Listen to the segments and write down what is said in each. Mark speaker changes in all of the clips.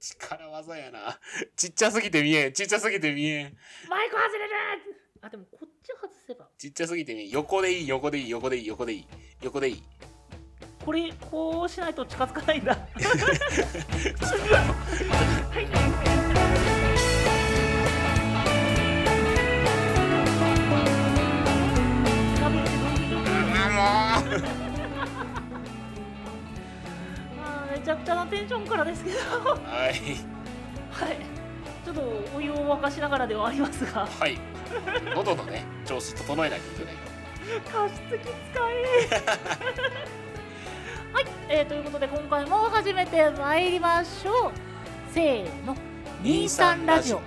Speaker 1: 力技やな。 ちっちゃすぎて見えん。ちっちゃすぎて見えん。
Speaker 2: マイク外れるあ、でもこっち外せば。
Speaker 1: ちっちゃすぎて見えん。横でいい、横でいい、横でいい、横でいい。横でいい。
Speaker 2: これ、こうしないと近づかないんだ。はい。
Speaker 1: あもう
Speaker 2: あーめちゃくちゃなテンションからですけど、
Speaker 1: はい。
Speaker 2: はい、ちょっとお湯を沸かしながらではありますが、
Speaker 1: はい。喉のね、調子整えないといけない。
Speaker 2: 加湿器使え はい、えーということで今回も始めてまいりましょうせーの23ラジオ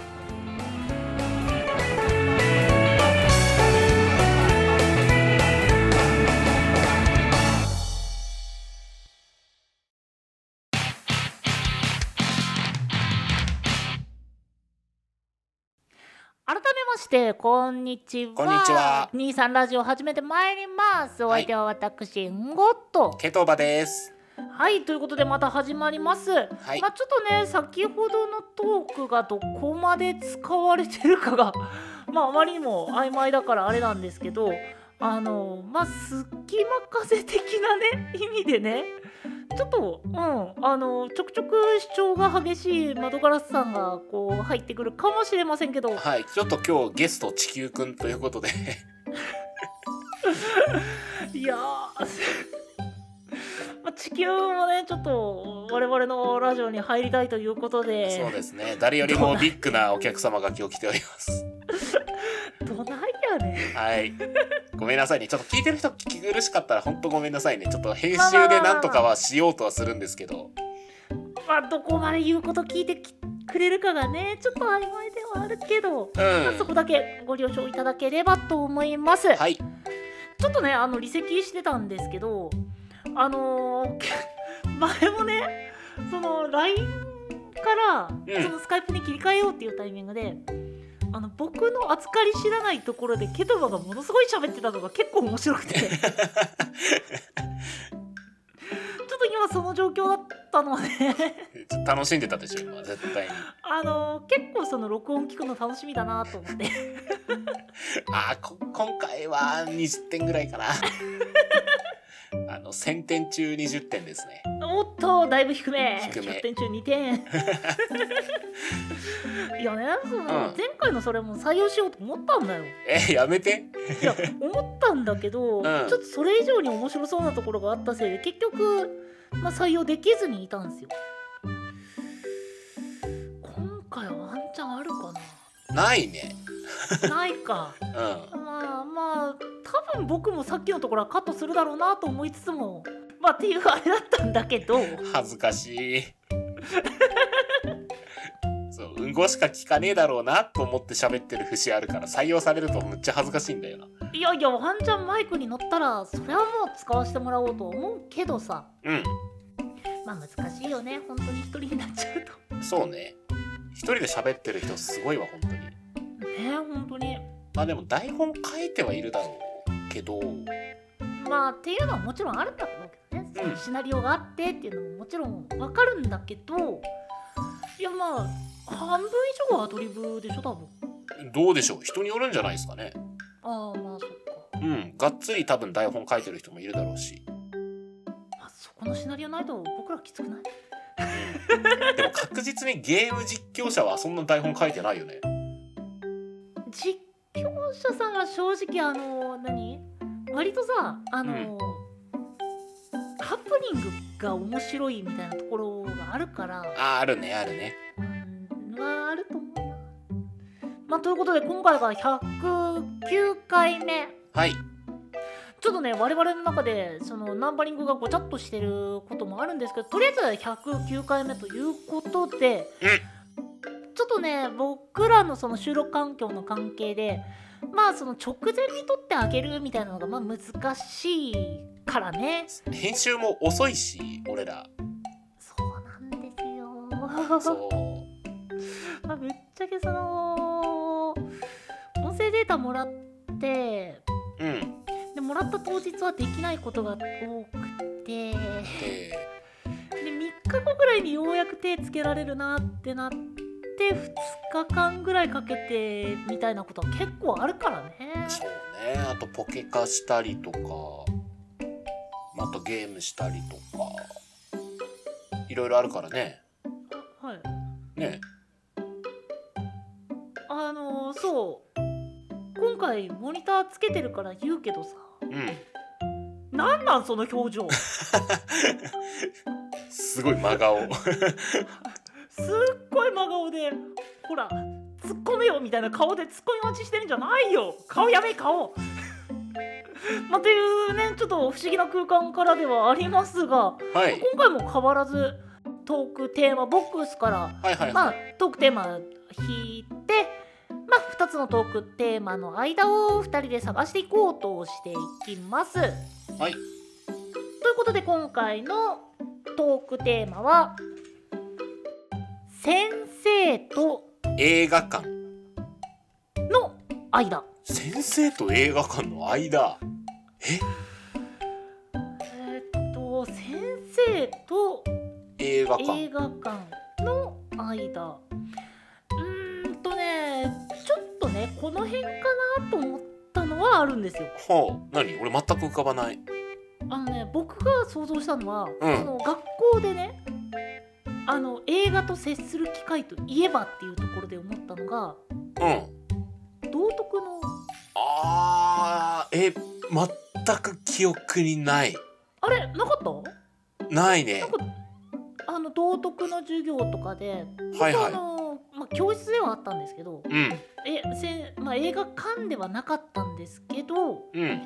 Speaker 2: 改めましてこんにちは
Speaker 1: こんにちは
Speaker 2: 23ラジオ始めてまいりますお相手は私、ゴット
Speaker 1: ケトバです。
Speaker 2: はいということでまた始まります、
Speaker 1: い
Speaker 2: まあちょっとね先ほどのトークがどこまで使われてるかが まああまりにも曖昧だからあれなんですけどあのまあ隙間風的なね意味でねちょっとうんあのちょくちょく主張が激しい窓ガラスさんがこう入ってくるかもしれませんけど
Speaker 1: はい。ちょっと今日ゲスト地球くんということで。
Speaker 2: いやー まあ地球もねちょっと我々のラジオに入りたいということで
Speaker 1: そうですね。誰よりもビッグなお客様が今日来ております。
Speaker 2: どないやね
Speaker 1: はい。ごめんなさいね。ちょっと聞いてる人聞き苦しかったら本当ごめんなさいね。ちょっと編集でなんとかはしようとはするんですけど。
Speaker 2: まあどこまで言うこと聞いてきくれるかがねちょっと曖昧ではあるけど、
Speaker 1: う
Speaker 2: まあそ
Speaker 1: ん。
Speaker 2: こだけご了承いただければと思います、
Speaker 1: はい。
Speaker 2: ちょっとねあの離席してたんですけどあの ー前もねその LINE から、
Speaker 1: うん
Speaker 2: そのスカイプに切り替えようっていうタイミングであの僕の扱い知らないところでケトバがものすごい喋ってたのが結構面 白くてちょっと今その状況だったので
Speaker 1: 楽しんでたでしょ、今絶対に。
Speaker 2: あのー結構その録音聞くの楽しみだなと思って
Speaker 1: あーこ今回は20点ぐらいかな。あの、1000点中20点ですね。
Speaker 2: おっとだいぶ低め
Speaker 1: 低め
Speaker 2: 100点中2点 いやねその、前回のそれも採用しようと思ったんだよ
Speaker 1: え、やめて。
Speaker 2: いや思ったんだけど、
Speaker 1: ん
Speaker 2: ちょっとそれ以上に面白そうなところがあったせいで結局、まあ、採用できずにいたんですよ今回はワンチャンあるか
Speaker 1: ないね。
Speaker 2: なないか
Speaker 1: うん。
Speaker 2: まあまあ多分僕もさっきのところはカットするだろうなと思いつつもまあっていうあれだったんだけど
Speaker 1: 恥ずかしい。そう、うんごしか聞かねえだろうなと思って喋ってる節あるから、採用されるとむっちゃ恥ずかしいんだよな。
Speaker 2: いやいやワンチャンマイクに乗ったらそれはもう使わせてもらおうと思うけどさ
Speaker 1: うん。
Speaker 2: まあ難しいよね本当に一人になっちゃうと
Speaker 1: そうね。一人で喋ってる人すごいわ、本当に。
Speaker 2: ねえ本当に
Speaker 1: まあでも台本書いてはいるだろうけど、
Speaker 2: まあっていうのはもちろんあるんだろうけどねそのシナリオがあってっていうのももちろんわかるんだけどいやまあ半分以上はアドリブでしょ多分
Speaker 1: どうでしょう人によるんじゃないですかね。
Speaker 2: ああまあそっか
Speaker 1: うん。がっつり多分台本書いてる人もいるだろうし。
Speaker 2: あそこのシナリオないと僕らきつくない
Speaker 1: でも確実にゲーム実況者はそんな台本書いてないよね。
Speaker 2: 実況者さんは正直あの何割とさあの、
Speaker 1: うん
Speaker 2: ハプニングが面白いみたいなところがあるから、
Speaker 1: あー、あるね、あるね。
Speaker 2: うん、はあると思うな。まあ、ということで今回が109回目
Speaker 1: はい。
Speaker 2: ちょっとね我々の中でそのナンバリングがごちゃっとしてることもあるんですけどとりあえず109回目ということで、ちょっとね僕らのその収録環境の関係でまあその直前に撮ってあげるみたいなのがまあ難しいからね
Speaker 1: 編集も遅いし、俺 ら。
Speaker 2: そうなんですよ。
Speaker 1: そ
Speaker 2: まあ、ぶっちゃけその音声データもらって
Speaker 1: う。うん。
Speaker 2: でもらった当日はできないことが多くて。
Speaker 1: で、
Speaker 2: で3日日後ぐらいにようやく手つけられるなってなって2日間ぐらいかけてみたいなことは結構あるからね
Speaker 1: そうねあとポケカしたりとかまたゲームしたりとかいろいろあるからね
Speaker 2: はい
Speaker 1: ね
Speaker 2: あのーそう今回モニターつけてるから言うけどさ
Speaker 1: うん
Speaker 2: なんなんその表情す
Speaker 1: すごい真顔
Speaker 2: っごい真顔でほら突っ込めよみたいな顔で突っ込み待ちしてるんじゃないよ顔やべえ顔まあというねちょっと不思議な空間からではありますが
Speaker 1: はい
Speaker 2: 今回も変わらずトークテーマボックスから、
Speaker 1: はいはい
Speaker 2: ま
Speaker 1: は
Speaker 2: あ、トークテーマ引いて、まあ、2つのトークテーマの間を2人で探していこうとしていきます。とい
Speaker 1: い、はい、
Speaker 2: うことで今回のトークテーマは「先生と
Speaker 1: 映画館
Speaker 2: の間
Speaker 1: 先生と映画館の間」
Speaker 2: えーっと先生と
Speaker 1: 映画館
Speaker 2: 映画館の間うーんとねちょっとねこの辺かなと思ったのはあるんですよ
Speaker 1: はあ何俺全く浮かばない
Speaker 2: あのね僕が想像したのは、
Speaker 1: うん
Speaker 2: その学校でねあの映画と接する機会といえばっていうところで思ったのが
Speaker 1: うん
Speaker 2: 道徳の
Speaker 1: あーえ全く記憶にない
Speaker 2: あれなかった
Speaker 1: ないね
Speaker 2: なんかあの道徳の授業とかで、
Speaker 1: はい
Speaker 2: あ
Speaker 1: は
Speaker 2: のまあ、教室ではあったんですけど
Speaker 1: いうん
Speaker 2: えせ、まあ、映画館ではなかったんですけど
Speaker 1: うん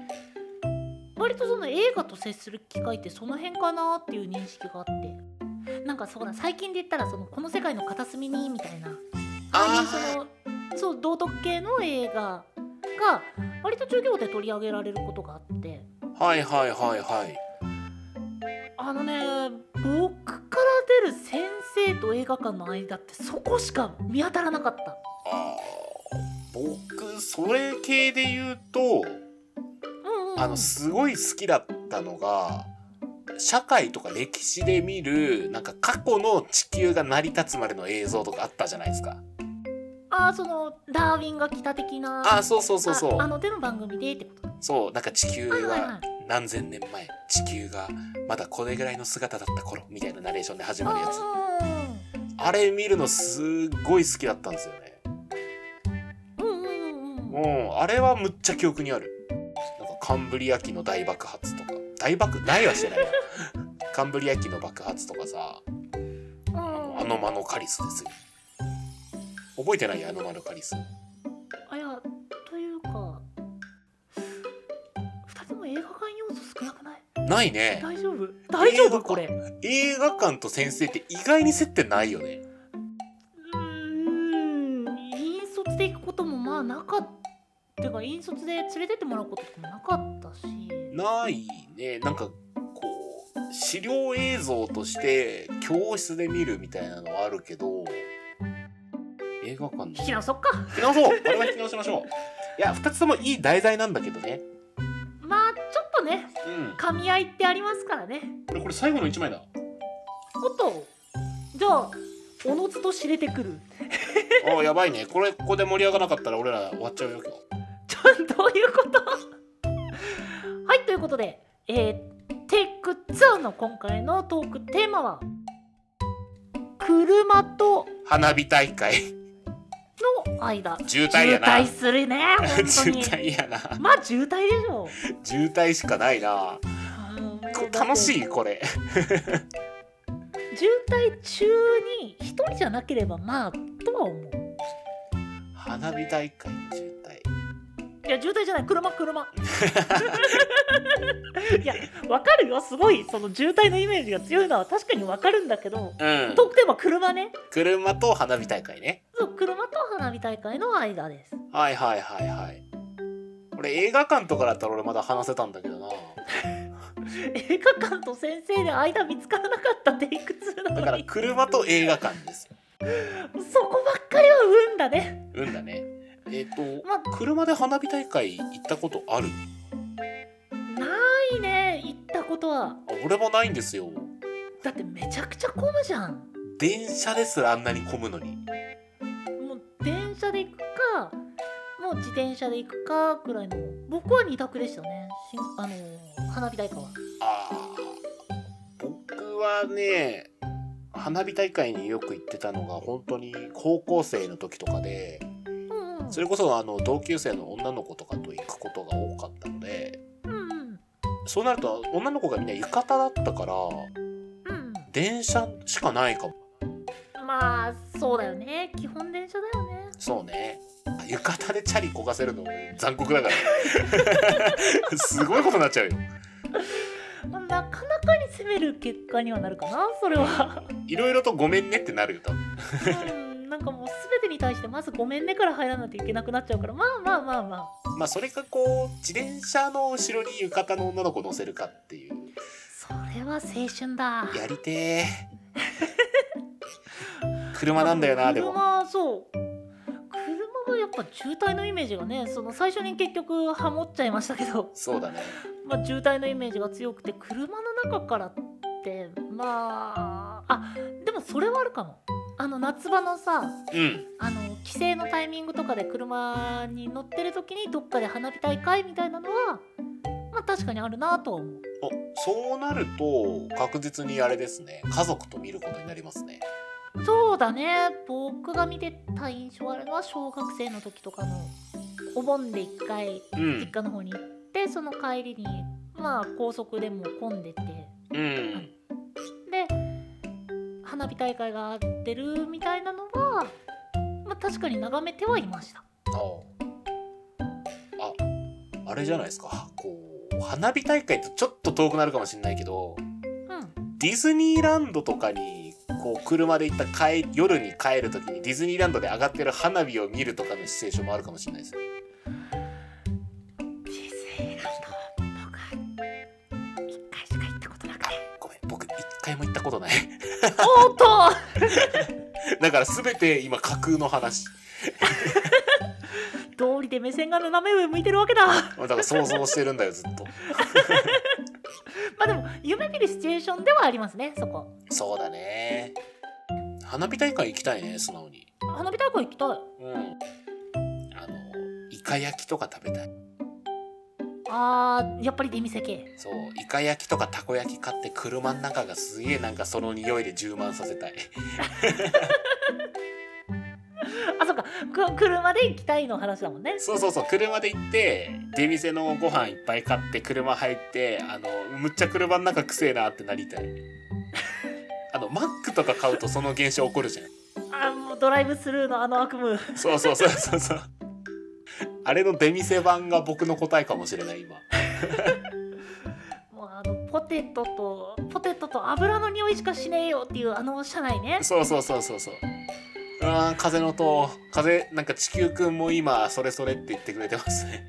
Speaker 2: 割とその映画と接する機会ってその辺かなっていう認識があってなんかそうだ最近で言ったらそのこの世界の片隅にみたいなああいう
Speaker 1: あ
Speaker 2: そのそう道徳系の映画が割と授業で取り上げられることがあって
Speaker 1: ーはいはいはいはい
Speaker 2: あのね僕から出る先生と映画館の間ってそこしか見当たらなかった。
Speaker 1: あー僕それ系で言うと
Speaker 2: うんうんうん、
Speaker 1: あのすごい好きだったのが社会とか歴史で見るなんか過去の地球が成り立つまでの映像とかあったじゃないですか。
Speaker 2: あーそのダーウィンが来た的な
Speaker 1: あーそうそうそうそ
Speaker 2: ああ
Speaker 1: う
Speaker 2: の手の番組でってこと
Speaker 1: そうなんか地球
Speaker 2: はいはいは
Speaker 1: はい何千年前地球がまだこれぐらいの姿だった頃みたいなナレーションで始まるやつあれ見るのすっごい好きだったんですよね。
Speaker 2: うんうんうんうんうん
Speaker 1: もうあれはむっちゃ記憶にあるなんかカンブリア紀の大爆発とか大爆大は してないなカンブリア紀の爆発とかさあのアノマノカリスですよ覚えてないアノマノカリス
Speaker 2: あいやというか2人とも映画館要素少なくない
Speaker 1: ないね
Speaker 2: 大丈夫大丈
Speaker 1: 映画
Speaker 2: 夫
Speaker 1: 館
Speaker 2: これ
Speaker 1: 映画館と先生って意外に接点ないよね
Speaker 2: うーん引率で行くこともまあなかったてか引率で連れてってもらうこととかもなかったし
Speaker 1: ないねなんかこう資料映像として教室で見るみたいなのはあるけど映画館の
Speaker 2: 引き直そっか
Speaker 1: 引き直そうこれは引き直しましょう いや2つともいい題材なんだけどね
Speaker 2: まあちょっとね
Speaker 1: うん
Speaker 2: 噛み合いってありますからね
Speaker 1: これこれ最後の1枚だ
Speaker 2: おっとじゃあおのずと知れてくる
Speaker 1: あーやばいねこれここで盛り上がらなかったら俺ら終わっちゃうよ今日
Speaker 2: ちょどういうことはいということで、えー、テイク2の今回のトークテーマは車と
Speaker 1: 花火大会
Speaker 2: の間
Speaker 1: 渋滞
Speaker 2: 渋
Speaker 1: やな
Speaker 2: 滞するね本当
Speaker 1: 渋
Speaker 2: に
Speaker 1: 滞やな
Speaker 2: まあ渋滞でしょ
Speaker 1: 渋滞しかないなこ
Speaker 2: う
Speaker 1: 楽し
Speaker 2: い
Speaker 1: いこれ
Speaker 2: 渋滞中に一人じゃなければまあとは思う
Speaker 1: 花火大会の渋滞
Speaker 2: いや渋滞じゃない 車車いやわかるよすごいその渋滞のイメージが強いのは確かにわかるんだけど
Speaker 1: うん
Speaker 2: トークテーマ車ね
Speaker 1: 車と花火大会ね
Speaker 2: そう車と花火大会の間です
Speaker 1: はいはいはいはいこれ映画館とかだったら俺まだ話せたんだけどな
Speaker 2: 映画館と先生で間見つからなかったテイク
Speaker 1: だ
Speaker 2: 2な
Speaker 1: か
Speaker 2: の
Speaker 1: ら
Speaker 2: に
Speaker 1: 車と映画館ですよ
Speaker 2: そこばっかりは運だね
Speaker 1: うんだねえっ、と
Speaker 2: ま
Speaker 1: 車で花火大会行ったことある
Speaker 2: あないね行ったことは
Speaker 1: あ俺もないんですよ
Speaker 2: だってめちゃくちゃ混むじゃん
Speaker 1: 電車ですらあんなに混むのに
Speaker 2: もう電車で行くかもう自転車で行くかくらいの僕は二択でしたねしんあのー花火大会は
Speaker 1: あー僕はね花火大会によく行ってたのが本当に高校生の時とかで
Speaker 2: うんうん
Speaker 1: それこそあの同級生の女の子とかと行くことが多かったので
Speaker 2: うんうん
Speaker 1: そうなると女の子がみんな浴衣だったから
Speaker 2: うん
Speaker 1: 電車しかないかも
Speaker 2: まあそうだよね基本電車だよね
Speaker 1: そうね浴衣でチャリこがせるの残酷だから すごいことになっちゃうよ
Speaker 2: まあなかなかに攻める結果にはなるかなそれは
Speaker 1: いろいろとごめんねってなるよ多分
Speaker 2: うんなんかもう全てに対してまず「ごめんね」から入らないといけなくなっちゃうからまあまあまあまあ
Speaker 1: まあそれかこう自転車の後ろに浴衣の女の子乗せるかっていう
Speaker 2: それは青春だ
Speaker 1: やりて ー車なんだよなでも
Speaker 2: 車そう車はやっぱ渋滞のイメージがねその最初に結局ハモっちゃいましたけど、
Speaker 1: そうだね
Speaker 2: まあ、渋滞のイメージが強くて車の中からってまああでもそれはあるかもあの夏場のさ
Speaker 1: うん
Speaker 2: あの帰省のタイミングとかで車に乗ってる時にどっかで花火大会みたいなのはまあ確かにあるなとは思う
Speaker 1: おそうなると確実にあれですね家族と見ることになりますね
Speaker 2: そうだね僕が見てた印象あるのは小学生の時とかのお盆で一回
Speaker 1: う
Speaker 2: 実
Speaker 1: ん
Speaker 2: 家の方に行ってその帰りにまあ高速でも混んでて
Speaker 1: うん
Speaker 2: で花火大会が出るみたいなのは、まあ、確かに眺めてはいました
Speaker 1: あああれじゃないですかこう花火大会とちょっと遠くなるかもしれないけど
Speaker 2: うん
Speaker 1: ディズニーランドとかにこう車で行った帰夜に帰る時にディズニーランドで上がってる花火を見るとかのシチュエーションもあるかもしれないですね
Speaker 2: ディズニーランド僕一回しか行ったことなくて
Speaker 1: ごめん僕一回も行ったことない
Speaker 2: おっと
Speaker 1: だから全て今架空の話
Speaker 2: 道理で目線が斜め上向いてるわけだま
Speaker 1: だから想像してるんだよずっと
Speaker 2: あでも夢見るシチュエーションではありますねそこ
Speaker 1: そうだね花火大会行きたいね素直に
Speaker 2: 花火大会行きたい
Speaker 1: うんあのイカ焼きとか食べたい
Speaker 2: あーやっぱり出店系
Speaker 1: そうイカ焼きとかたこ焼き買って車の中がすげえなんかその匂いで充満させたい
Speaker 2: あそっかく車で行きたいの話だもんね
Speaker 1: そうそうそう車で行って出店のご飯いっぱい買って車入ってあのむっちゃ車の中くせえなってなりたい あのマックとか買うとその現象起こるじゃん
Speaker 2: あもうドライブスルーのあの悪夢
Speaker 1: そうそうそうそうそう。 あれの出店版が僕の答えかもしれない今。
Speaker 2: もうあのポテトとポテトと油の匂いしかしねえよっていうあの車内ね
Speaker 1: そうそうそうそうそう。あー風の塔風なんか地球くんも今それそれって言ってくれてますね。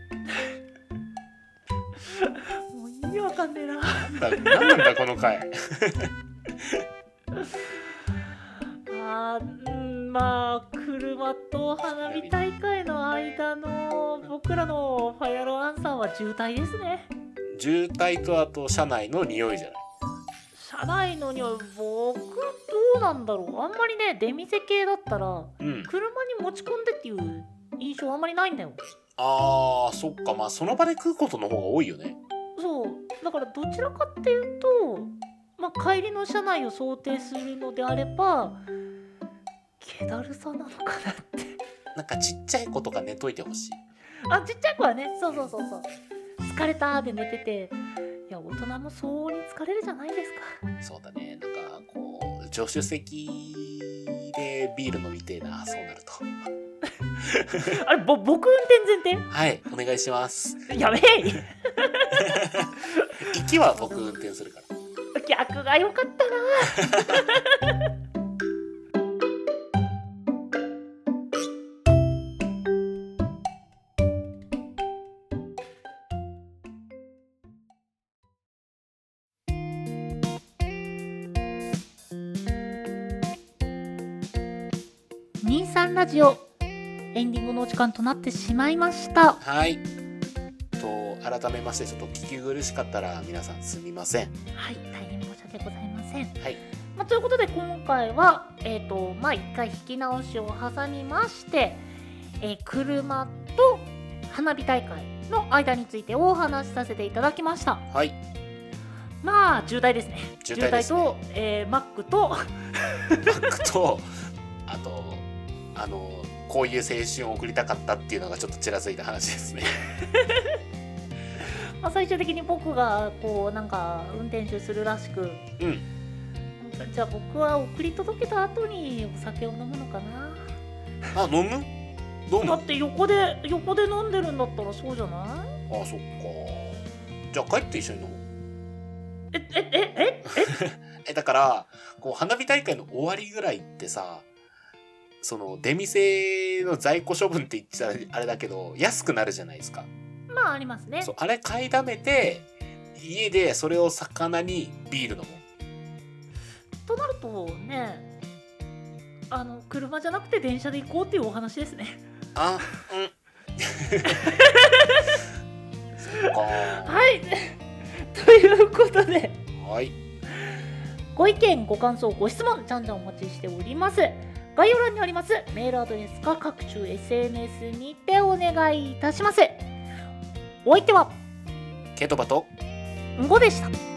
Speaker 2: もう意味わかんねえな
Speaker 1: なんだなんだこの回。
Speaker 2: あーうんまあ車と花火大会の間の僕らのファイアロアンサーは渋滞ですね
Speaker 1: 渋滞とあと車内の匂いじゃない。
Speaker 2: 車内の匂い僕どうなんだろうあんまりね出店系だったら
Speaker 1: うん。
Speaker 2: 車に持ち込んでっていう印象あんまりないんだよ
Speaker 1: ああそっかまあその場で食うことの方が多いよね。
Speaker 2: そうだからどちらかっていうと、まあ、帰りの車内を想定するのであれば気だるさなのかなって
Speaker 1: なんかちっちゃい子とか寝といてほしい。
Speaker 2: あちっちゃい子はねそうそうそうそう疲れたーで寝てていや大人も相応に疲れるじゃないですか
Speaker 1: そうだねなんかこう助手席でビール飲みてえなそうなると。
Speaker 2: あれぼ僕運転前
Speaker 1: はいお願いします。
Speaker 2: 提やべえ
Speaker 1: 行きは僕運転するから。
Speaker 2: 逆が良かったな23ラジオエンディングのお時間となってしまいました
Speaker 1: はい。と改めましてちょっと聞き苦しかったら皆さんすみません。
Speaker 2: はい、大変申し訳でございません。
Speaker 1: はい
Speaker 2: まあ、ということで今回は、えーとまあ、1回引き直しを挟みまして、えー車と花火大会の間についてお話しさせていただきました。
Speaker 1: はい
Speaker 2: まあ渋滞ですね。
Speaker 1: 渋滞です、ね、
Speaker 2: と、えーマックと
Speaker 1: バック とあとあのこういう青春を送りたかったっていうのがちょっとちらついた話ですね
Speaker 2: まあ最終的に僕がこうなんか運転手するらしく
Speaker 1: うん
Speaker 2: じゃあ僕は送り届けた後にお酒を飲むのかな
Speaker 1: あ飲む飲む
Speaker 2: だ
Speaker 1: あ
Speaker 2: って横で横で飲んでるんだったらそうじゃない
Speaker 1: そっかじゃあ帰って一緒に飲もう
Speaker 2: ええええ
Speaker 1: えだからこう花火大会の終わりぐらいってさその出店の在庫処分って言っちゃあれだけど安くなるじゃないですか
Speaker 2: えまあありますね
Speaker 1: そうあれ買いだめて家でそれを魚にビール飲もう
Speaker 2: となるとねあの車じゃなくて電車で行こうっていうお話ですね
Speaker 1: あうんそっかは
Speaker 2: はい ということで
Speaker 1: い
Speaker 2: ご意見ご感想ご質問じゃんじゃんお待ちしております概要欄にありますメールアドレスか各種 SNS にてお願いいたしますお相手は
Speaker 1: ケトバと
Speaker 2: んごでした